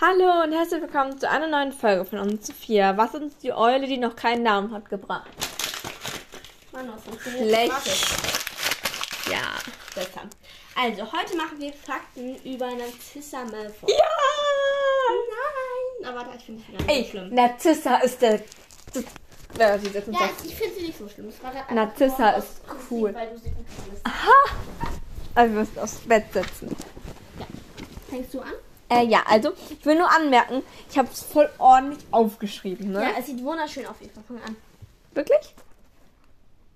Hallo und herzlich willkommen zu einer neuen Folge von uns zu vier. Was uns die Eule, die noch keinen Namen hat, gebracht? Mann, was Schlecht. funktioniert Ja. besser. Also, heute machen wir Fakten über Narcissa Malfoy. Ja! Nein! Aber warte, ich finde sie gar nicht Ey, so schlimm. Narzissa ist der. Das, ja, sie setzt uns Ja, auf. ich, ich finde sie nicht so schlimm. Es war gerade Narzissa einfach ist nur aus cool. Prinzip, Weil du sie gut findest. Also, wir müssen aufs Bett setzen. Fängst du an? Äh, ja, also, ich will nur anmerken, ich habe es voll ordentlich aufgeschrieben, ne? Ja, es sieht wunderschön auf jeden Fall. Fang an. Wirklich?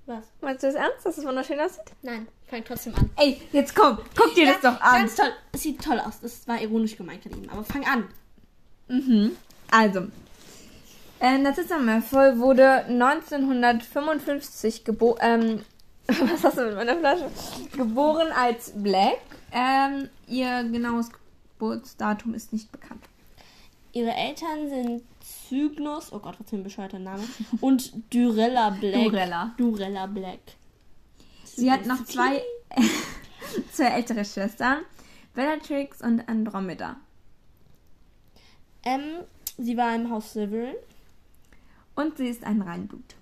Was? Meinst du das ernst, dass es wunderschön aussieht? Nein, fang trotzdem an. Ey, jetzt komm, guck dir das doch an. Ganz toll. Es sieht toll aus. Das war ironisch gemeint von ihm. Aber fang an. Mhm. Also, äh, Narcissa Malfoy wurde 1955 gebo ähm, was hast du mit meiner Flasche? Geboren als Black. Ähm, ihr genaues Geburtsdatum ist nicht bekannt. Ihre Eltern sind Cygnus, oh Gott, was für ein bescheuerter Name, und Durella Black. Durella. Durella Black. Sie hat noch zwei, zwei ältere Schwestern, Bellatrix und Andromeda. Ähm, sie war im Haus Slytherin. Und sie ist ein Reinblut.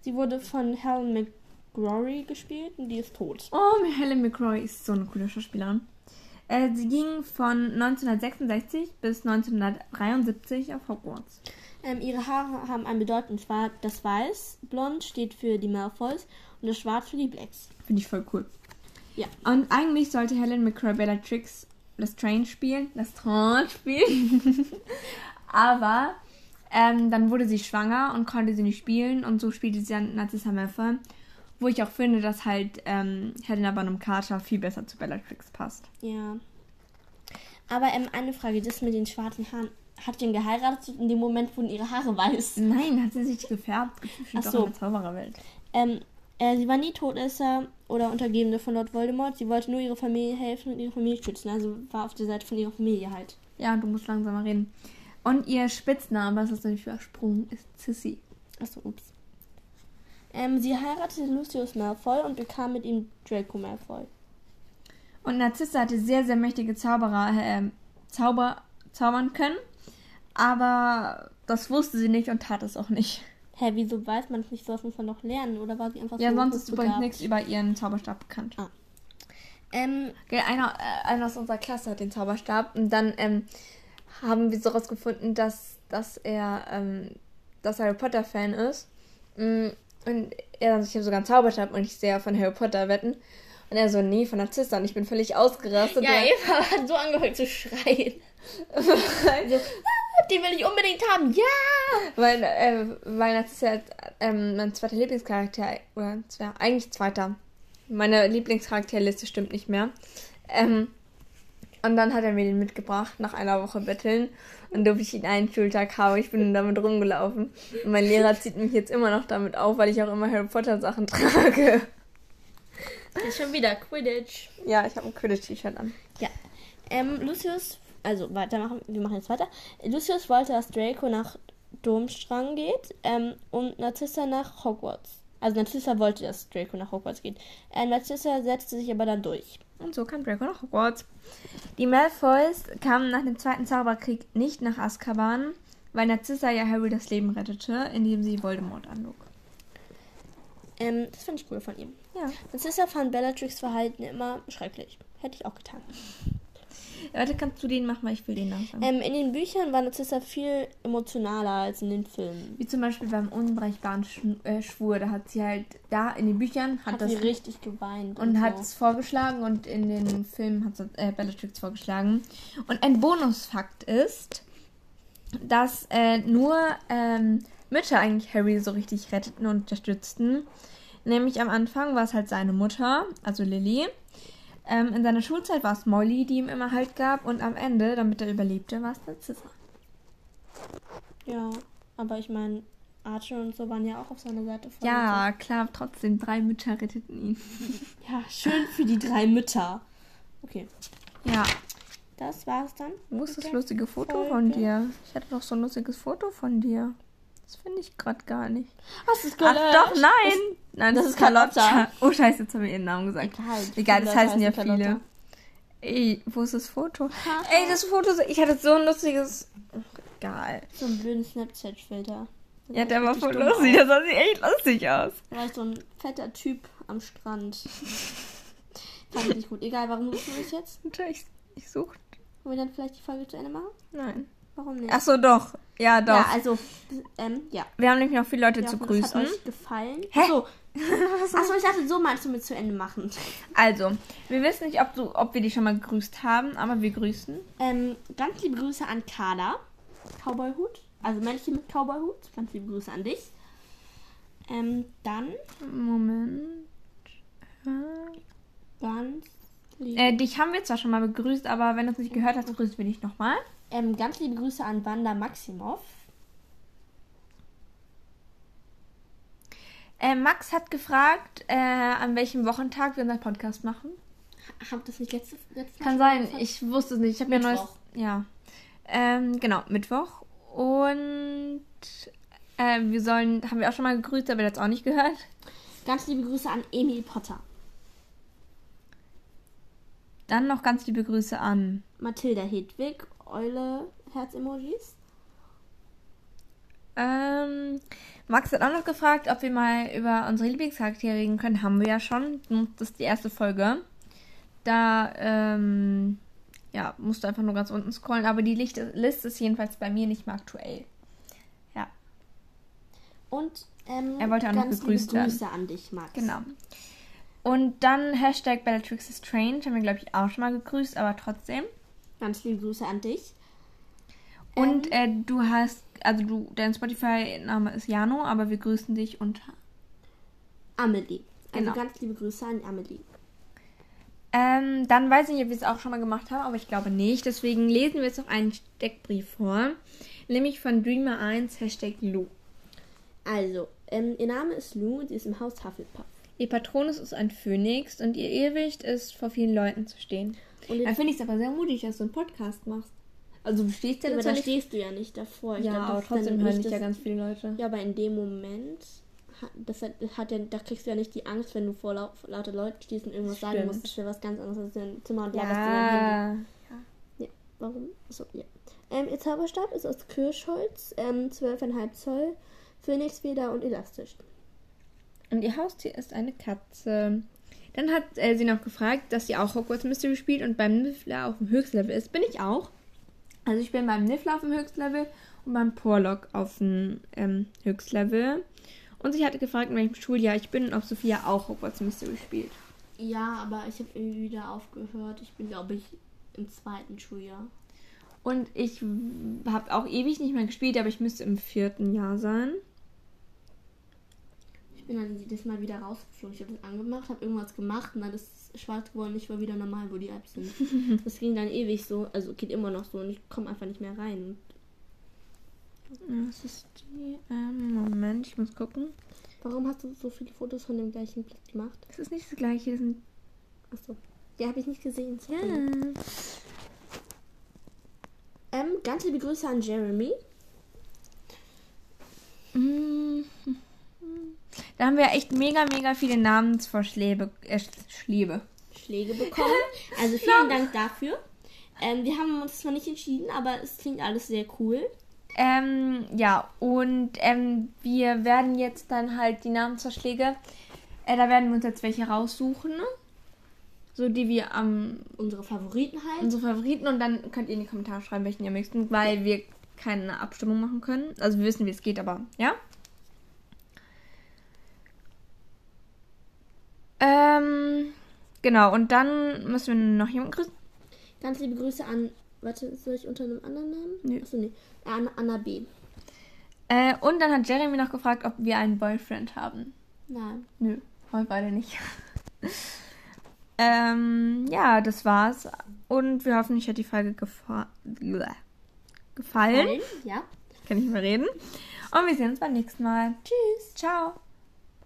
Sie wurde von Helen McGrory gespielt und die ist tot. Oh, Helen McCrory ist so eine coole Schauspielerin. Äh, sie ging von 1966 bis 1973 auf Hogwarts. Ähm, ihre Haare haben eine Bedeutung. Und zwar das Weiß, blond steht für die Malfoys und das Schwarz für die Blacks. Finde ich voll cool. Ja. Und eigentlich sollte Helen McCray Bellatrix Lestrange spielen. Lestrange spielen. Aber ähm, dann wurde sie schwanger und konnte sie nicht spielen. Und so spielte sie dann Narcissa Malfoy. Wo ich auch finde, dass halt ähm, Helena Bonham Carter viel besser zu Bellatrix passt. Ja. Aber ähm, eine Frage, das mit den schwarzen Haaren. Hat den geheiratet und in dem Moment wurden ihre Haare weiß. Nein, hat sie sich gefärbt. Gefühlt Ach doch so. in der Zaubererwelt. Ähm, äh, sie war nie Todesser oder Untergebene von Lord Voldemort. Sie wollte nur ihre Familie helfen und ihre Familie schützen. Also war auf der Seite von ihrer Familie halt. Ja, du musst langsamer reden. Und ihr Spitzname, was hast du nicht übersprungen, ist Sissy. Achso, ups. Ähm, sie heiratete Lucius Malfoy und bekam mit ihm Draco Malfoy. Und Narzissa hatte sehr, sehr mächtige Zauberer ähm, Zauber, zaubern können. Aber das wusste sie nicht und tat es auch nicht. Hä, wieso weiß man es nicht? Soll man noch lernen? Oder war sie einfach Ja, so sonst ist übrigens hochbegabt? nichts über ihren Zauberstab bekannt. Ah. Ähm, Gell, einer, äh, einer aus unserer Klasse hat den Zauberstab und dann ähm, haben wir so rausgefunden, dass, dass er ähm, dass Harry Potter-Fan ist. Mm, Und er sagt, ich habe sogar einen Zauberstab und ich sehe von Harry Potter wetten. Und er so, nee, von Narzissa. Und ich bin völlig ausgerastet. ja, weil- Eva hat so angefangen zu schreien. so, ah, die will ich unbedingt haben. Ja! Weil, äh, weil das ist ja ähm, mein zweiter Lieblingscharakter, oder zwei, eigentlich zweiter. Meine Lieblingscharakterliste stimmt nicht mehr. Ähm, und dann hat er mir den mitgebracht, nach einer Woche betteln. Und durfte ich ihn einen Schultag haben. Ich bin damit rumgelaufen. Und mein Lehrer zieht mich jetzt immer noch damit auf, weil ich auch immer Harry Potter Sachen trage. Ist schon wieder Quidditch. Ja, ich habe ein Quidditch-T-Shirt an. Ja. Ähm, Lucius, also weitermachen, wir machen jetzt weiter. Lucius wollte, dass Draco nach Domstrang geht ähm, und Narcissa nach Hogwarts. Also Narcissa wollte, dass Draco nach Hogwarts geht. Äh, Narcissa setzte sich aber dann durch. Und so kam Draco nach Hogwarts. Die Malfoys kamen nach dem Zweiten Zauberkrieg nicht nach Azkaban, weil Narcissa ja Harry das Leben rettete, indem sie Voldemort anlog. Ähm, das fand ich cool von ihm. Ja. Narcissa fand Bellatrix Verhalten immer schrecklich. Hätte ich auch getan. Warte, kannst du den machen, weil ich will den nachschauen. Ähm, in den Büchern war Narcissa viel emotionaler als in den Filmen. Wie zum Beispiel beim unbrechbaren Schn äh, Schwur. Da hat sie halt, da in den Büchern hat, Hat, das sie richtig geweint. und hat so. es vorgeschlagen und in den Filmen hat es äh, Bellatrix vorgeschlagen. Und ein Bonusfakt ist, dass äh, nur ähm, Mütter eigentlich Harry so richtig retteten und unterstützten. Nämlich am Anfang war es halt seine Mutter, also Lily. Ähm, in seiner Schulzeit war es Molly, die ihm immer Halt gab. Und am Ende, damit er überlebte, war es dann Cissa. Ja, aber ich meine, Archer und so waren ja auch auf seiner Seite. von und so. Ja, klar, trotzdem, drei Mütter retteten ihn. Ja, schön für die drei Mütter. Okay, Ja, das war's dann. wo ist mit das der lustige Foto Folge. von dir? Ich hatte doch so ein lustiges Foto von dir. Das finde ich gerade gar nicht. Hast du es Ach gelöscht? doch, ne. nein! nein, das, das ist ist Carlotta. Carlotta. Oh, scheiße, jetzt haben wir ihren Namen gesagt. Egal, Egal, das Carlotta heißen ja heißt Carlotta. viele. Ey, wo ist das Foto? Ey, das Foto, ich hatte so ein lustiges. Ach, Egal. So einen blöden Snapchat-Filter. Ja, der war voll Richtig dumm lustig. Das sah sich echt lustig aus. Da war ich so ein fetter Typ am Strand. Fand ich nicht gut. Egal, warum suchen wir das jetzt? Ich, ich suche. Wollen wir dann vielleicht die Folge zu Ende machen? Nein. Warum nicht? Ach so, doch. Ja, doch. Ja, also, ähm, ja. Wir haben nämlich noch viele Leute Wir zu hoffen, das grüßen. Hat euch gefallen. Hä? So. Achso, ich dachte, so meinst du mit zu Ende machen. Also, wir wissen nicht, ob, du, ob wir die schon mal gegrüßt haben, aber wir grüßen. Ähm, ganz liebe Grüße an Carla. Cowboyhut. Also Männchen mit Cowboyhut. Ganz liebe Grüße an dich. Ähm, dann Moment. ganz liebe, Äh, dich haben wir zwar schon mal begrüßt, aber wenn du es nicht gehört hast, grüßen wir dich nochmal. ähm, ganz liebe Grüße an Wanda Maximov. Äh, Max hat gefragt, äh, an welchem Wochentag wir unseren Podcast machen. Habt das nicht letzte, letztes Mal Kann schon sein, gesagt? ich wusste es nicht. Ich habe mir ein neues. Mittwoch. Ja. Ähm, genau, Mittwoch. Und äh, wir sollen, haben wir auch schon mal gegrüßt, aber jetzt auch nicht gehört. Ganz liebe Grüße an Emil Potter. Dann noch ganz liebe Grüße an. Mathilda Hedwig. Eule Herz-Emojis. Ähm, Max hat auch noch gefragt, ob wir mal über unsere Lieblingscharaktere reden können. Haben wir ja schon. Das ist die erste Folge. Da, ähm, ja, musst du einfach nur ganz unten scrollen. Aber die Licht Liste ist jedenfalls bei mir nicht mehr aktuell. Ja, Und ähm, Er wollte auch noch ganz gegrüßt liebe werden. Grüße an dich, Max. genau. Und dann Hashtag Bellatrix is Strange. Haben wir, glaube ich, auch schon mal gegrüßt, aber trotzdem. Ganz liebe Grüße an dich. Und äh, du hast, also du, dein Spotify-Name ist Jano, aber wir grüßen dich unter Amelie. Also Genau. ganz liebe Grüße an Amelie. Ähm, dann weiß ich nicht, ob wir es auch schon mal gemacht haben, aber ich glaube nicht. Deswegen lesen wir jetzt noch einen Steckbrief vor. Nämlich von Dreamer1, Hashtag Lou. Also, ähm, ihr Name ist Lou und sie ist im Haus Hufflepuff. Ihr Patronus ist ein Phönix und ihr Ewicht ist, vor vielen Leuten zu stehen. Dann Und jetzt, finde ich es aber sehr mutig, dass du einen Podcast machst. Also du stehst ja aber dazu da nicht. stehst du ja nicht davor. Ich ja, glaub, das aber ist dann trotzdem hören nicht dich ja das- ganz viele Leute. Ja, aber in dem Moment, ha- das hat, hat ja, da kriegst du ja nicht die Angst, wenn du vor lau vor lauter Leuten stehst und irgendwas sagen Stimmt. musst. Das ist ja was ganz anderes als im Zimmer und laberst dir dein Handy. Ja. Warum? Achso, ja. Ähm, ihr Zauberstab ist aus Kirschholz, ähm, 12,5 Zoll, Phönixfeder und elastisch. Und ihr Haustier ist eine Katze. Dann hat äh, sie noch gefragt, dass sie auch Hogwarts Mystery spielt und beim Niffler auf dem Höchstlevel ist. Bin ich auch. Also ich bin beim Niffler auf dem Höchstlevel und beim Porlock auf dem ähm, Höchstlevel. Und sie hatte gefragt, in welchem Schuljahr ich bin und ob Sophia auch Hogwarts Mystery spielt. Ja, aber ich habe irgendwie wieder aufgehört. Ich bin, glaube ich, im zweiten Schuljahr. Und ich habe auch ewig nicht mehr gespielt, aber ich müsste im vierten Jahr sein. Ich bin dann jedes Mal wieder rausgeflogen. Ich habe das angemacht, habe irgendwas gemacht und dann ist es schwarz geworden. Ich war wieder normal, wo die Apps sind. das ging dann ewig so. Also geht immer noch so und ich komme einfach nicht mehr rein. Ja, Was ist die? Ähm, Moment, ich muss gucken. Warum hast du so viele Fotos von dem gleichen Platz gemacht? Es ist nicht das gleiche, das sind Achso. Die habe ich nicht gesehen. sorry. ja. Ähm, ganz liebe Grüße an Jeremy. Mm. Da haben wir echt mega, mega viele Namensvorschläge. Äh, Schläge. Schläge bekommen. Also vielen Dank dafür. Ähm, wir haben uns zwar nicht entschieden, aber es klingt alles sehr cool. Ähm, ja, und ähm, wir werden jetzt dann halt die Namensvorschläge, äh, da werden wir uns jetzt welche raussuchen. ne? So die wir am Unsere Favoriten halt. unsere Favoriten und dann könnt ihr in die Kommentare schreiben, welchen ihr am nächsten, weil wir keine Abstimmung machen können. Also wir wissen, wie es geht, aber ja. Ähm, genau, und dann müssen wir noch jemanden grüßen. Ganz liebe Grüße an. Warte, soll ich unter einem anderen Namen? Nö. Achso, nee. An Anna B. Äh, und dann hat Jeremy noch gefragt, ob wir einen Boyfriend haben. Nein. Nö, wollen beide nicht. ähm, ja, das war's. Und wir hoffen, euch hat die Folge gefa gefallen. Ja. Kann ich nicht mehr reden. Und wir sehen uns beim nächsten Mal. Tschüss. Ciao.